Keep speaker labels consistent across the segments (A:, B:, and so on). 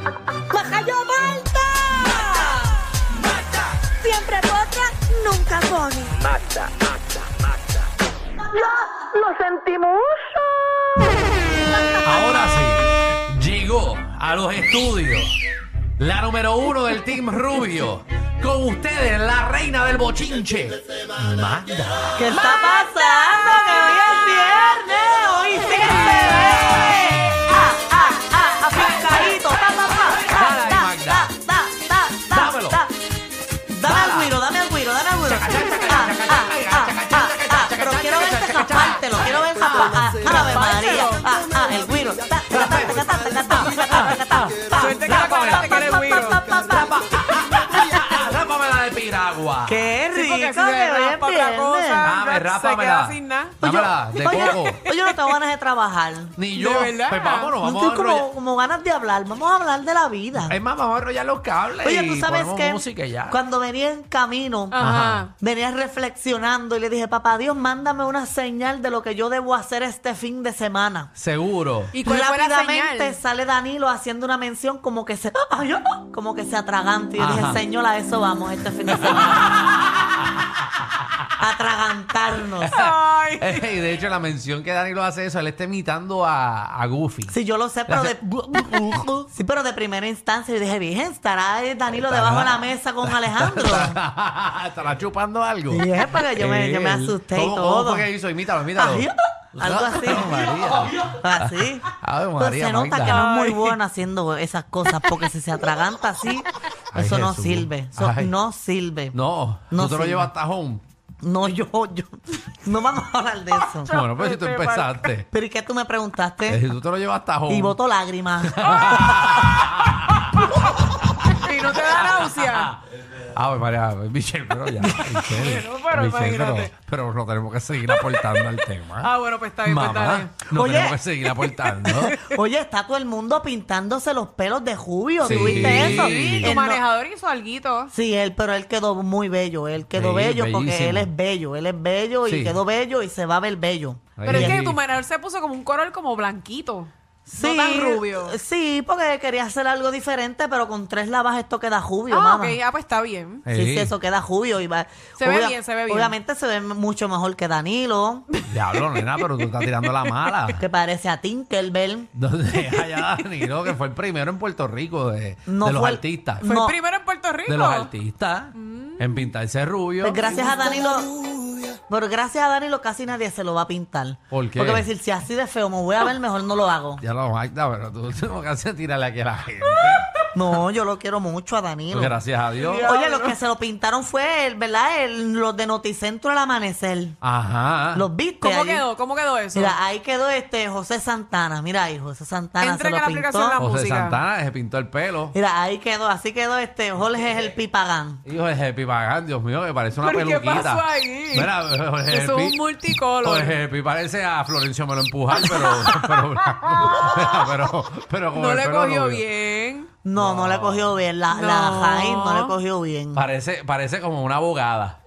A: ¡Majayo Malta! ¡Mata! ¡Mata! Siempre potra, nunca pone.
B: Mata, mata, mata.
A: ¡Lo sentimos!
C: Ahora sí, llegó a los estudios la número uno del Team Rubio. Con ustedes, la reina del bochinche, Magda.
D: ¿Qué está pasando? ¡Que hoy es viernes! ¡Hoy sí se ve! ¡Ah, ah, ah! ¡Aplicadito! ¡Ta, ta,
C: Dale ahí,
D: ta! ¡Ta,
C: Magda.
D: ta, ta, ta, ta!
C: Dámelo.
D: ta. Dame
C: Dala.
D: al guiro, dame al guiro, dame al guiro.
C: Chaca, chaca,
D: Ah,
C: chaca,
D: ah,
C: chaca,
D: ah, ah, ah,
C: chaca, chaca, chaca,
D: Pero
C: chaca,
D: quiero
C: chaca,
D: verte
C: chaca,
D: escapártelo, quiero verte escapártelo. ¡Ave María! ¡Ah, ah, el guiro! ¡Ta, ta, ta, ta, ta, ta, ta, ta, ta, ta, ta!
C: Suerte,
D: Pa,
C: cápamela.
D: pa, pa, pa, pa, pa, pa.
C: Rápamela de piragua.
D: ¡Qué rico!
E: porque si
D: que
E: se
D: hoy es
E: raspa otra
D: viernes.
E: cosa.
C: Dame,
E: Se
C: rápamela.
E: queda sin nada.
C: Dámela, de
D: Oye,
C: coco.
D: Oye, yo no tengo ganas de trabajar.
C: Ni yo.
E: ¿De verdad?
C: Pues vámonos,
D: No
C: vamos a
D: tengo como,
C: enrollar.
D: como ganas de hablar. Vamos a hablar de la vida.
C: Es más, vamos a enrollar los cables.
D: Oye,
C: y
D: tú sabes
C: ponemos
D: que
C: música y ya.
D: cuando venía en camino,
E: Ah.
C: Ajá.
E: Ajá.
D: venía reflexionando y le dije, papá Dios, mándame una señal de lo que yo debo hacer este fin de semana.
C: Seguro.
E: ¿Y cuál fue la
D: Rápidamente
E: señal?
D: sale Danilo haciendo una mención como que se ay, ah, como que se atraganta. Y yo
C: Ajá.
D: dije, señor, a eso vamos este fin de semana. Atragantarnos.
E: Ay.
D: Eh.
C: Ey, de hecho, la mención que Dani lo hace eso, él está imitando a, a Goofy.
D: Sí, yo lo sé, pero de, sí, pero de primera instancia yo dije, Virgen, estará eh, Danilo debajo de la mesa con Alejandro.
C: ¿Estará chupando algo?
D: Sí, es porque yo me- yo me
C: Él.
D: asusté y
C: ¿Cómo- ¿Cómo
D: todo.
C: fue que hizo? Imítalo, imítalo.
D: Ay, Algo así.
C: María.
D: Así.
C: Ave
D: Pero
C: María,
D: se nota
C: Magda.
D: que no es muy
E: Ay.
D: bueno haciendo esas cosas porque si se atraganta así,
C: Ay,
D: eso no
C: Jesús.
D: sirve. Eso
C: Ay.
D: no sirve.
C: No,
D: No
C: tú te lo
D: sirve.
C: llevas hasta home.
D: No, yo, yo. No vamos a hablar de eso.
C: Bueno, pues si tú empezaste.
D: Pero ¿y qué tú me
C: Eh,
D: preguntaste?
C: Tú te lo llevas hasta home.
D: Y voto lágrimas.
E: Y no te da náusea.
C: Ah, pues, María, Michelle, pero ya. en serio.
E: Bueno, pero
C: Michelle, pero,
E: imagínate.
C: pero no tenemos que seguir aportando al tema.
E: Ah, bueno, pues está bien, pues está
C: Mamá,
E: bien.
C: no
D: Oye.
C: tenemos que seguir aportando.
D: Oye, está todo el mundo pintándose los pelos de Jubio.
C: Sí.
D: ¿Tú viste eso?
C: Sí,
E: Y
D: Él
E: tu
D: no-
E: manejador hizo alguito.
D: Sí, él, pero él quedó muy bello. Él quedó
C: Sí,
D: bello porque
C: bellísimo.
D: él es bello. Él es bello y
C: Sí.
D: quedó bello y se va a ver bello.
E: Pero
C: Ahí,
E: es que
C: ahí.
E: tu manejador se puso como un color como blanquito. No tan rubio.
D: Sí, porque quería hacer algo diferente, pero con tres lavas esto queda rubio,
E: Ah,
D: mamá.
E: ok, ah, pues está bien.
D: Sí, sí,
C: Sí.
D: eso queda rubio. Y va-
E: Se ve bien, se ve bien.
D: Obviamente se ve mucho mejor que Danilo,
C: Diablo, nena, pero tú estás tirando la mala.
D: que parece a Tinkerbell. Pues
C: Donde allá Danilo, que fue el primero en Puerto Rico de,
D: No
C: de los
D: fue el-
C: artistas.
E: Fue
D: No.
E: el primero en Puerto Rico.
C: De los artistas
E: Mm.
C: en pintarse rubio.
D: Pues gracias a Danilo. Pero gracias a Danilo casi nadie se lo va a pintar.
C: ¿Por qué?
D: Porque va a decir, si así de feo me voy a ver, mejor no lo hago.
C: Ya lo Magda, pero tú tengo que hacer tirarle aquí a la gente.
D: No, yo lo quiero mucho a
C: Pues
D: Danilo.
C: gracias a Dios.
D: Oye, los que se lo pintaron fue, el, ¿verdad? El- los de Noticentro al amanecer.
C: Ajá.
D: ¿Los viste?
E: Ah. ¿Cómo
D: allí?
E: quedó? ¿Cómo quedó eso?
D: Mira, ahí quedó este José Santana. Mira ahí, José Santana
E: Entren
D: se
E: a
D: lo
E: la
D: pintó.
E: aplicación la-
C: José
E: música. Eh.
C: Santana se pintó el pelo.
D: Mira, ahí quedó, así quedó este Jorge es el Pipagán.
C: Y Jorge Pipagán, Dios mío, que parece una
E: ¿Pero qué
C: peluquita.
E: pasó ahí?
C: Mira, Jorge
E: Eso es
C: Pi-
E: un multicolor.
C: Jorge Pi parece a Florencio me lo empujar, pero pero, blanco. pero, pero con
E: no
C: el
E: le
C: pelo
E: cogió
C: rubio.
E: bien.
D: No, no, le cogió bien. La, la
E: No.
D: Jaén no le cogió bien.
C: Parece, parece como una abogada.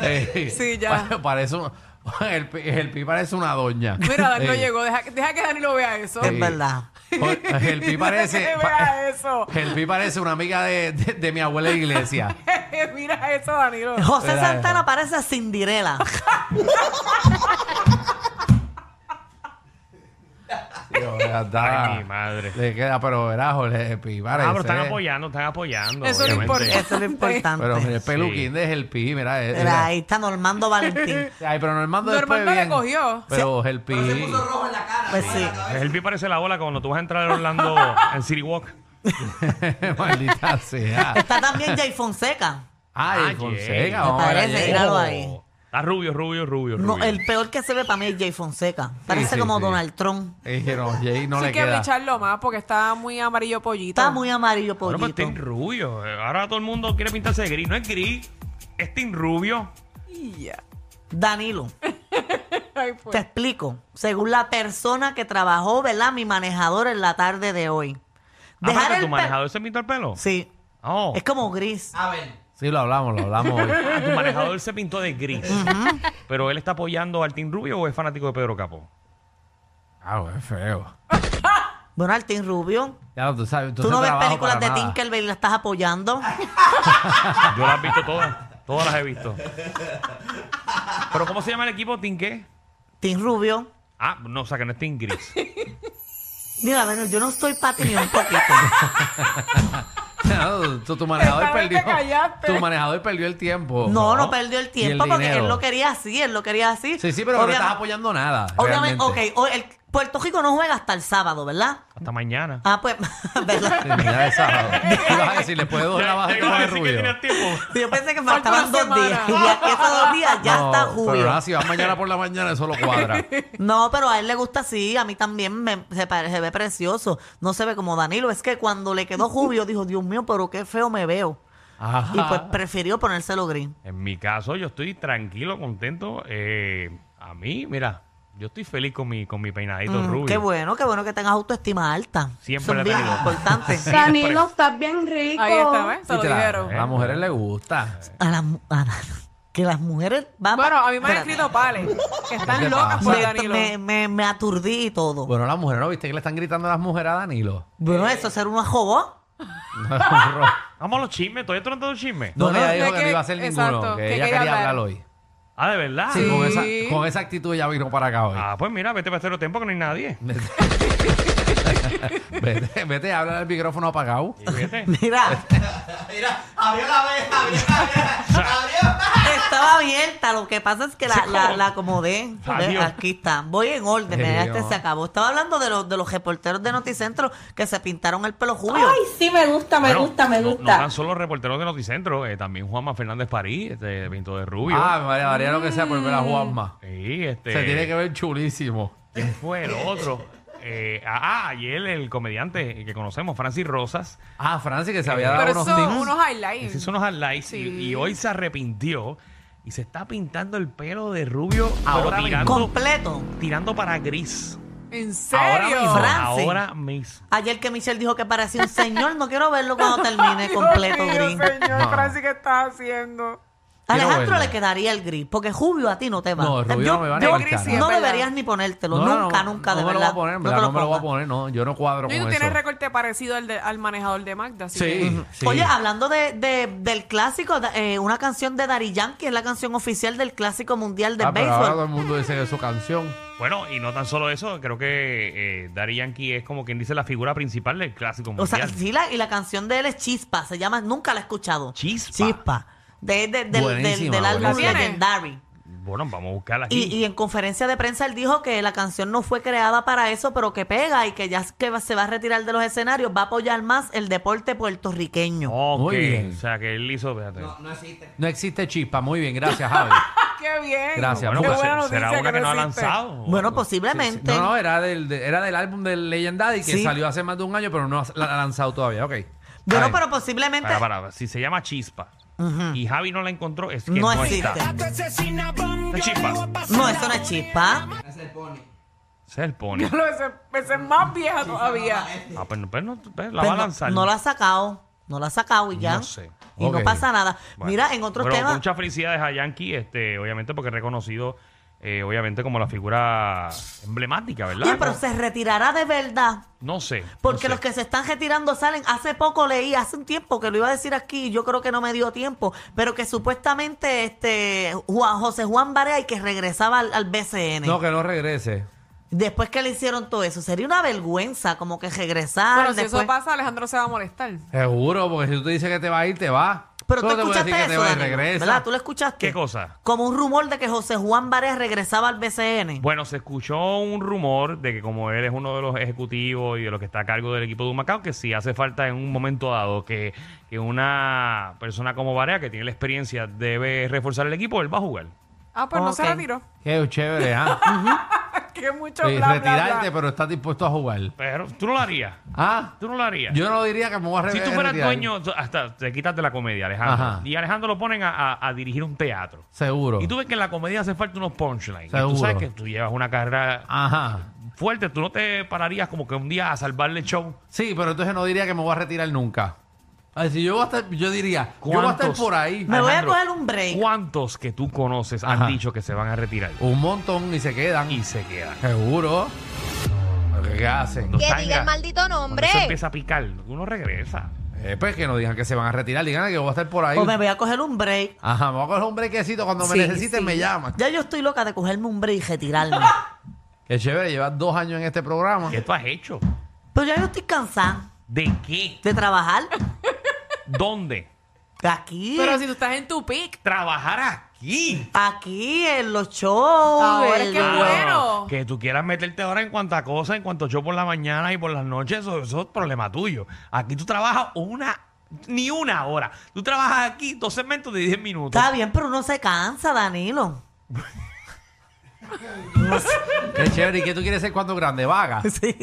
C: Ey,
E: Sí, ya.
C: pa- Eh, Parece un- el, pi- el pi parece una doña.
E: Mira, Dan no
C: Ey,
E: llegó. Deja, deja que Dani lo vea eso.
D: Es verdad.
C: o- Eh. oh, El pi parece.
E: Deja que
C: pa-
E: vea eso.
C: El pi parece una amiga de, de- de mi abuela de iglesia.
E: Mira eso, Danilo.
D: José
C: Mira,
D: Santana
C: mira.
D: parece a Cinderella.
C: Dios, ya está.
F: Ay, mi madre.
C: Ah. Le queda, pero verá, Jorge Pi parece.
F: Ah, pero están apoyando, están apoyando.
E: Eso no
F: obviamente.
E: importa.
D: Eso es lo importante.
C: Pero mira, el
F: Sí.
C: peluquín de el pi, mira. es-
D: Mira,
C: mira.
D: ahí está Normando Valentín.
C: Ay, pero Normando
E: Normando
C: después
E: le
C: bien.
E: cogió.
C: Pero el pi.
D: Pues sí.
F: El pi parece la bola cuando tú vas a entrar a Orlando en City Walk.
C: Maldita sea.
D: Está también Jay Fonseca.
C: Ay,
F: Ah,
C: Fonseca.
F: yeah.
C: vamos a ver
D: Parece,
C: ayer.
D: míralo ahí.
F: Oh. Está rubio, rubio, rubio,
D: No,
F: rubio.
D: el peor que se ve para mí es Jay Fonseca. Parece
C: sí,
D: como
C: sí.
D: Donald Trump.
C: Eh, que no, Jay no
E: sí
C: le
E: que
C: queda.
E: blicharlo más porque está muy amarillo pollito.
D: Está muy amarillo pollito.
F: Bueno, pues Team Rubio. Eh, Ahora todo el mundo quiere pintarse de gris. No es gris, es Team Rubio. Ah,
E: Ya.
D: Danilo.
E: Ay, pues.
D: Te explico. Según la persona que trabajó, ¿verdad? Mi manejador en la tarde de hoy.
F: Ah, pero que
D: el
F: tu
D: pe-
F: manejador se pintó el pelo.
D: Sí.
F: Oh,
D: Es como gris.
C: Sí, lo hablamos, lo hablamos hoy.
F: ah, tu manejador se pintó de gris. Pero él está apoyando al Team Rubio o es fanático de Pedro Capo.
C: Ah, güey, feo.
D: Bueno, al Team Rubio.
C: Ya, tú sabes,
D: ¿Tú no ves
C: trabajo
D: películas
C: para
D: de
C: nada.
D: Tinkerbell y las estás apoyando?
F: Yo las he visto todas. Todas las he visto. Pero ¿cómo se llama el equipo? ¿Team qué?
D: Team Rubio.
F: Ah, no, o sea que no es Team Gris.
D: Mira, bueno, yo no estoy pati ni un poquito.
C: No, tu, tu manejador
E: Esta vez te
C: perdió.
E: callaste.
C: Tu manejador perdió el tiempo.
D: No, no perdió el
C: Y
D: tiempo porque
C: dinero.
D: él lo quería así, él lo quería así.
C: Sí, sí, pero no
D: Obviamente-
C: estás apoyando nada.
D: Obviamente, ok,
C: realmente.
D: o- el- Puerto Rico no juega hasta el sábado, ¿verdad?
F: Hasta mañana.
D: Ah, pues,
C: Sí,
D: ¿verdad?
C: ya es sábado. ¿Qué vas a decir? ¿Le puedes doler la baja
F: Ya-
C: de
F: ya iba a
C: de
F: decir que
C: ruido?
F: tenías tiempo.
D: Yo pensé que
E: Falta
D: faltaban dos
E: una
D: días.
E: semana.
D: Y ya- esos dos días ya
C: No,
D: está pues,
C: Pero
D: Julio.
C: nada, si vas mañana por la mañana, eso lo cuadra.
D: No, pero a él le gusta así, a mí también me, se, pare- se ve precioso. No se ve como Danilo, es que cuando le quedó Julio dijo, Dios mío, pero qué feo me veo.
C: Ajá.
D: Y pues prefirió ponérselo green.
F: En mi caso, yo estoy tranquilo, contento. Eh, a mí, mira, yo estoy feliz con mi, con mi peinadito
D: Mm,
F: rubio.
D: qué bueno, qué bueno que tengas autoestima alta.
F: Siempre
D: Son
F: la he
D: bien
F: tenido.
D: importantes.
F: Sí.
G: Danilo, estás bien rico.
E: Ahí está, ¿ves? Se
C: Y
E: lo
C: te la-
E: dijeron.
C: A las mujeres les gusta.
D: A las mu- a la- que las mujeres van
E: Bueno, a mí me han
D: Espérate.
E: escrito pales. que
C: ¿Qué
E: Están locas por
C: pasa?
D: me,
E: Danilo.
D: me, me, me aturdí y todo. Bueno,
C: Bueno, las mujeres, ¿no viste que le están gritando a las mujeres a Danilo?
D: eso es ser una jobó.
F: Vamos a los chismes, todavía tratando de chismes.
C: No,
D: Bueno,
C: ella dijo
E: de
C: que,
E: que-
C: no iba a hacer ninguno.
E: exacto,
C: que
E: que
C: ella
E: quería
C: quería hablar,
E: hablar.
C: hoy.
F: Ah, ¿de verdad?
C: Sí, Con, esa,
E: Sí.
C: con esa actitud ella vino para acá hoy.
F: Ah, pues mira, vete para hacer tiempo que no hay nadie.
C: Vete, vete, habla al micrófono apagado.
F: Y vete.
D: Mira,
H: Mira, abrió la abeja, abrió la abeja, abrió.
D: estaba abierta. Lo que pasa es que la, la, la acomodé.
F: Salió.
D: Ve, Aquí está. Voy en orden.
C: Sí,
D: mira, este
C: no.
D: se acabó. Estaba hablando de los, de los reporteros de Noticentro que se pintaron el pelo jubio.
G: Ay, sí, me gusta, me
F: Bueno,
G: gusta, me
F: no-
G: gusta.
F: No, tan solo los reporteros de Noticentro, eh, también Juanma Fernández París, este Pinto de Rubio.
C: Ah, María, María, lo que sea, por ver a Juanma.
F: Sí, este.
C: Se tiene que ver chulísimo.
F: ¿Quién fue el otro? Eh, ah, ayer el comediante que conocemos, Francis Rosas,
C: Ah, Francis, que se había dado
E: Pero
C: unos
E: eso,
C: tips.
E: unos highlights.
F: se hizo unos highlights y-
E: Sí.
F: y, hoy se arrepintió y se está pintando el pelo de rubio ahora
C: Ahora
F: tirando,
D: Completo.
F: tirando para gris.
E: ¿En
F: Ahora
E: serio?
F: mismo.
D: Francis.
F: Ahora mismo.
D: Ayer que Michelle dijo que parecía un señor, no quiero verlo cuando termine completo green.
E: señor,
C: No.
E: Francis, ¿qué estás haciendo?
D: Alejandro
C: verlo.
D: le quedaría el gris, porque Jubio a ti no te va.
C: No, Rubio no me va a
E: yo
C: ni
E: gris
C: marcar.
E: sí, es
D: No
E: verdad.
D: deberías ni ponértelo,
C: No, no,
D: nunca,
C: no,
D: nunca, de
C: no
D: verdad.
C: me lo voy a poner, en
D: No te
C: verdad, no, me lo voy a
D: pongas.
C: poner, no. Yo no cuadro
E: No, y
C: con
E: tú
C: eso.
E: tienes recorte parecido al, de- al manejador de Magda. así que-
C: Sí, sí.
D: Oye, hablando de, de- del clásico, da- eh, una canción de Dari Yankee es la canción oficial del clásico mundial de
C: Ah, pero ahora todo
D: béisbol.
C: el mundo dice su canción.
F: Bueno, y no tan solo eso, creo que eh, Daddy Yankee es como quien dice la figura principal del clásico
D: O sea,
F: mundial.
D: sí, la, y la canción de él es Chispa, se llama, nunca la he escuchado.
F: Chispa.
D: Chispa. De, de- del- del, del,
C: Buenísima,
D: álbum
E: buenísima.
D: Legendary.
F: Bueno, vamos a buscarla aquí.
D: Y, y en conferencia de prensa él dijo que la canción no fue creada para eso, pero que pega y que ya que va- se va a retirar de los escenarios, va a apoyar más el deporte puertorriqueño.
F: Ok,
C: Muy bien.
F: O sea, que él hizo. espérate.
H: No, no existe.
C: No existe chispa. Muy bien, gracias, Javi.
E: ¡Qué bien!
C: Gracias,
F: Bueno,
E: Qué
F: pues,
E: buena
F: será
E: noticia
F: una que, no ha
E: existe.
F: lanzado.
D: Bueno, pues,
C: Sí,
D: posiblemente.
C: No, no, era del, de- era del álbum del Legendary que
D: Sí.
C: salió hace más de un año, pero no la ha lanzado todavía. Ok.
D: Bueno,
C: Ay,
D: pero posiblemente.
F: Para, para, si se llama Chispa y Javi no la encontró, es que
D: No
F: no,
D: existe.
F: está. Esta es Chispa.
D: No, eso no es chispa.
H: Es el pony.
F: Ese es el pony.
E: Pero ese- ese es más vieja todavía.
F: Ah, pues, no- pues no, pues la
D: Eh, Pues
F: va
D: no-
F: a lanzar.
D: No, la ha sacado. No la ha sacado y ya.
F: No sé.
D: Y
C: Ok.
D: no pasa nada.
F: Bueno,
D: Mira, en otros
F: pero
D: temas.
F: Muchas felicidades a Yankee, este, obviamente, porque es reconocido, eh, obviamente, como la figura emblemática, ¿verdad?
D: Oye, pero
F: no,
D: se retirará de verdad.
F: no sé.
D: Porque
F: no
D: los
F: sé.
D: que se están retirando salen. Hace poco leí, hace un tiempo que lo iba a decir aquí, y yo creo que no me dio tiempo, pero que supuestamente este Juan, José Juan Barea y que regresaba al, al BCN.
C: No, que no regrese.
D: Después que le hicieron todo eso, sería una vergüenza como que regresar.
E: Bueno, si
D: después...
E: eso pasa, Alejandro se va a molestar.
C: Seguro, porque si tú te dices que te va a ir, te va.
D: Pero tú
C: Solo te voy a
D: escuchaste
C: decir que te
D: eso,
C: va y
D: Danilo,
C: regresa.
D: ¿verdad? ¿Tú lo escuchaste?
F: ¿Qué cosa?
D: Como un rumor de que José Juan Barea regresaba al BCN.
F: Bueno, se escuchó un rumor de que como él es uno de los ejecutivos y de los que está a cargo del equipo de Humacao, que si hace falta en un momento dado que, que una persona como Varea, que tiene la experiencia, debe reforzar el equipo, él va a jugar.
E: Ah, pues no se
D: Ok.
E: retiró.
C: Qué chévere, ¿ah?
E: Qué mucho
C: Sí,
E: bla, bla, bla.
C: retirarte, pero estás dispuesto a jugar.
F: Pero tú no lo harías.
C: Ah,
F: Tú no lo harías.
C: yo no diría que me voy a re-
F: si tú
C: retirar.
F: fueras dueño, tú- hasta te quitas de la comedia, Alejandro.
C: Ajá.
F: Y Alejandro lo ponen a, a- a dirigir un teatro.
C: Seguro.
F: Y tú ves que en la comedia hace falta unos punchlines. Y
C: Seguro.
F: tú sabes que tú llevas una carrera
C: Ajá.
F: fuerte, tú no te pararías como que un día a salvarle el show.
C: Sí, pero entonces no diría que me voy a retirar nunca. Así yo voy a estar, yo diría, yo voy a estar
F: ¿Cuántos?
C: por ahí.
D: Me voy a
F: Alejandro,
D: coger un break.
F: ¿Cuántos que tú conoces
C: Ajá.
F: han dicho que se van a retirar?
C: Un montón y se quedan.
F: Y se quedan.
C: Seguro. ¿Qué hacen?
F: Cuando
I: Que
F: salga,
I: diga el maldito nombre.
F: cuando eso empieza a picar, uno regresa.
C: Eh, pues que no digan que se van a retirar, digan que voy a estar por ahí.
D: O Pues me voy a coger un break.
C: Ajá, me voy a coger un brequecito. Cuando me
D: Sí,
C: necesiten,
D: sí.
C: me llaman.
D: Ya yo estoy loca de cogerme un break y retirarme.
C: Qué chévere, llevas dos años en este programa.
F: ¿Qué tú has hecho?
D: Pero ya yo estoy cansada
F: ¿De qué?
D: de trabajar
F: ¿Dónde?
D: aquí.
E: Pero si tú estás en tu pick,
F: Trabajar aquí.
D: Aquí, en los shows.
E: Ahora
D: en
E: es que
D: la-
F: Ah,
E: bueno.
F: Que tú quieras meterte ahora en cuanta cosa, en cuanto yo por la mañana y por las noches, eso, eso es problema tuyo. Aquí tú trabajas una, ni una hora. Tú trabajas aquí dos segmentos de 10 minutos.
D: Está bien, pero uno se cansa, Danilo.
C: Qué chévere. ¿Y qué tú quieres ser cuando grande? Vaga.
D: Sí.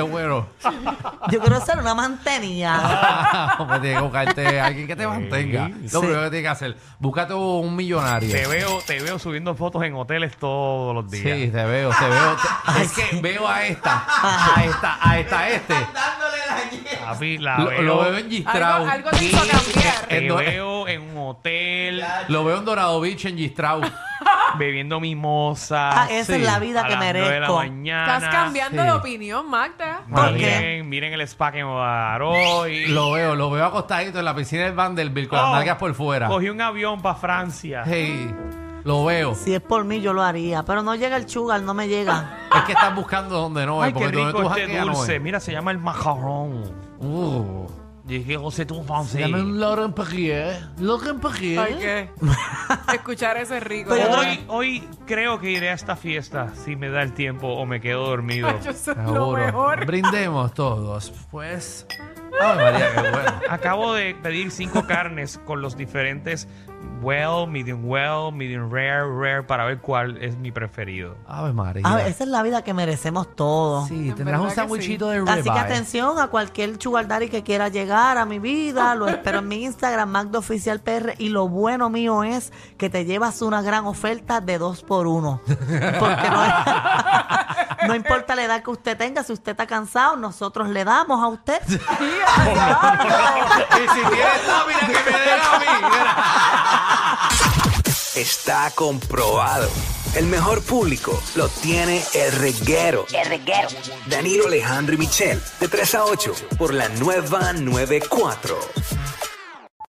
C: bueno.
D: Yo quiero ser una
C: Ah,
D: mantenida.
C: me tiene que buscarte a alguien que te mantenga. Lo
D: Sí.
C: primero que tienes que hacer, búscate un millonario.
F: Te veo, te veo subiendo fotos en hoteles todos los días.
C: Sí, te veo, te veo. te-
D: Ay,
C: es que
D: sí.
C: veo a esta, a esta, a esta, este.
H: Dándole la nieve.
F: Papi, la
C: Lo,
F: veo.
C: lo veo en Gistrau.
E: algo, algo te hizo cambiar.
C: Eh,
F: Te
C: en do-
F: veo en un hotel
C: Lo veo en Dorado Beach, en Gistrau.
F: bebiendo mimosa.
D: Ah, esa
C: sí.
D: es la vida
F: a
D: que
F: las nueve de la
D: merezco.
F: mañana.
E: estás cambiando
C: sí.
E: de opinión, Magda.
D: ¿Por qué?
F: Miren, miren el spa que me va a dar hoy.
C: Lo veo, lo veo acostadito en la piscina del Vanderbilt con las
F: Oh,
C: nalgas por fuera.
F: Cogí un avión para Francia.
C: Sí, lo veo.
D: Si es por mí, yo lo haría. Pero no llega el chugal, no me llega.
C: Es que están buscando donde no es,
F: Ay, qué
C: porque donde
F: rico
C: tú
F: este
C: jangueas no
F: dulce.
C: es.
F: Mira, se llama el macarrón.
C: Uh,
F: Dije, José, tú francés.
C: Dame un Laurent Perrier. Laurent Perrier.
E: Ay, qué. Escuchar ese rico.
D: Pero yo creo
F: Hoy, hoy creo que iré a esta fiesta si me da el tiempo o me quedo dormido.
E: Ay, yo soy lo
C: Seguro.
E: mejor.
C: Brindemos todos. Pues. Ay, María, qué bueno.
F: Acabo de pedir cinco carnes con los diferentes well, medium well, medium rare, rare para ver cuál es mi preferido.
C: Ave María.
D: A ver, Ah, esa es la vida que merecemos todos.
C: sí,
E: En
C: tendrás un
E: verdad que
C: sandwichito de ribeye.
D: Así que atención a cualquier sugar daddy que quiera llegar a mi vida. Lo espero en mi Instagram, Magda Oficial PR. Y lo bueno mío es que te llevas una gran oferta de dos por uno. Porque no, no importa la edad que usted tenga, si usted está cansado, nosotros le damos a usted.
C: y si tienes lámina, que me dé a mí. Mira.
B: Está comprobado. El mejor público lo tiene el reguero. El reguero. Danilo Alejandro y Michel, de 3 a 8, por la nueva 94.